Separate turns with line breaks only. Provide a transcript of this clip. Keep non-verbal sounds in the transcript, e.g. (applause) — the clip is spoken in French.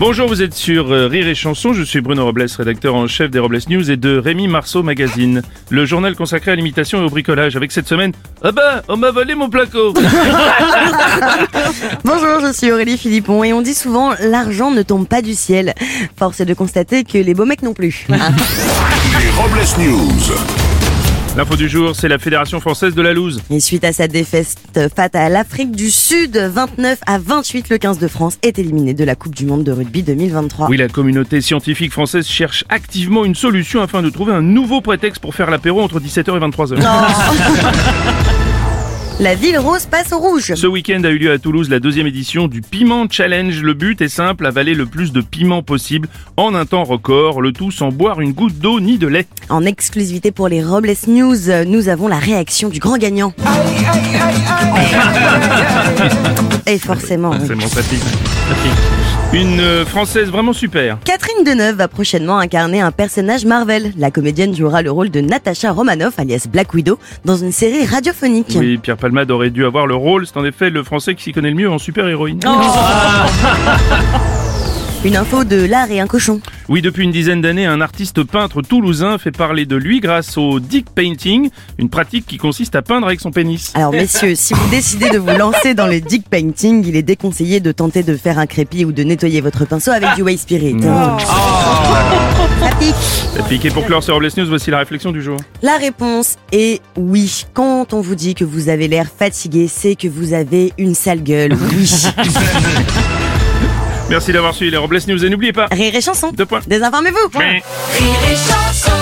Bonjour, vous êtes sur euh, Rire et Chanson, je suis Bruno Robles, rédacteur en chef des Robles News et de Rémi Marceau Magazine, le journal consacré à l'imitation et au bricolage, avec cette semaine « Ah bah, on m'a volé mon placo
Bonjour, je suis Aurélie Philippon et on dit souvent l'argent ne tombe pas du ciel. Force est de constater que les beaux mecs non plus.
Ah.
Les Robles News. !»
L'info du jour, c'est la Fédération Française de la Loose.
et suite à sa défaite face à l'Afrique du Sud, 29 à 28, le 15 de France est éliminé de la Coupe du Monde de rugby 2023.
Oui, la communauté scientifique française cherche activement une solution afin de trouver un nouveau prétexte pour faire l'apéro entre 17h et 23h.
La ville rose passe au rouge.
Ce week-end a eu lieu à Toulouse la deuxième édition du Piment Challenge. Le but est simple, avaler le plus de piment possible en un temps record, le tout sans boire une goutte d'eau ni de lait.
En exclusivité pour les Robles News, nous avons la réaction du grand gagnant. Et forcément, oui.
C'est mon ça pique. Ça pique. Une euh, française vraiment super.
Catherine Deneuve va prochainement incarner un personnage Marvel. La comédienne jouera le rôle de Natasha Romanoff, alias Black Widow, dans une série radiophonique.
Oui, Pierre Palmade aurait dû avoir le rôle. C'est en effet le français qui s'y connaît le mieux en super-héroïne.
Oh. (laughs) Une info de l'art et un cochon.
Oui, depuis une dizaine d'années, un artiste peintre toulousain fait parler de lui grâce au dick painting, une pratique qui consiste à peindre avec son pénis.
Alors messieurs, si vous décidez de vous lancer dans le dick painting, il est déconseillé de tenter de faire un crépi ou de nettoyer votre pinceau avec du Way Spirit. Ça pique.
Ça pique. Et pour clore ce Robles News, voici la réflexion du jour.
La réponse est oui. Quand on vous dit que vous avez l'air fatigué, c'est que vous avez une sale gueule. Oui.
Merci d'avoir suivi les Robles News et n'oubliez pas...
Rire et chanson.
Deux points.
Désinformez-vous.
Mouais.
Rire et chanson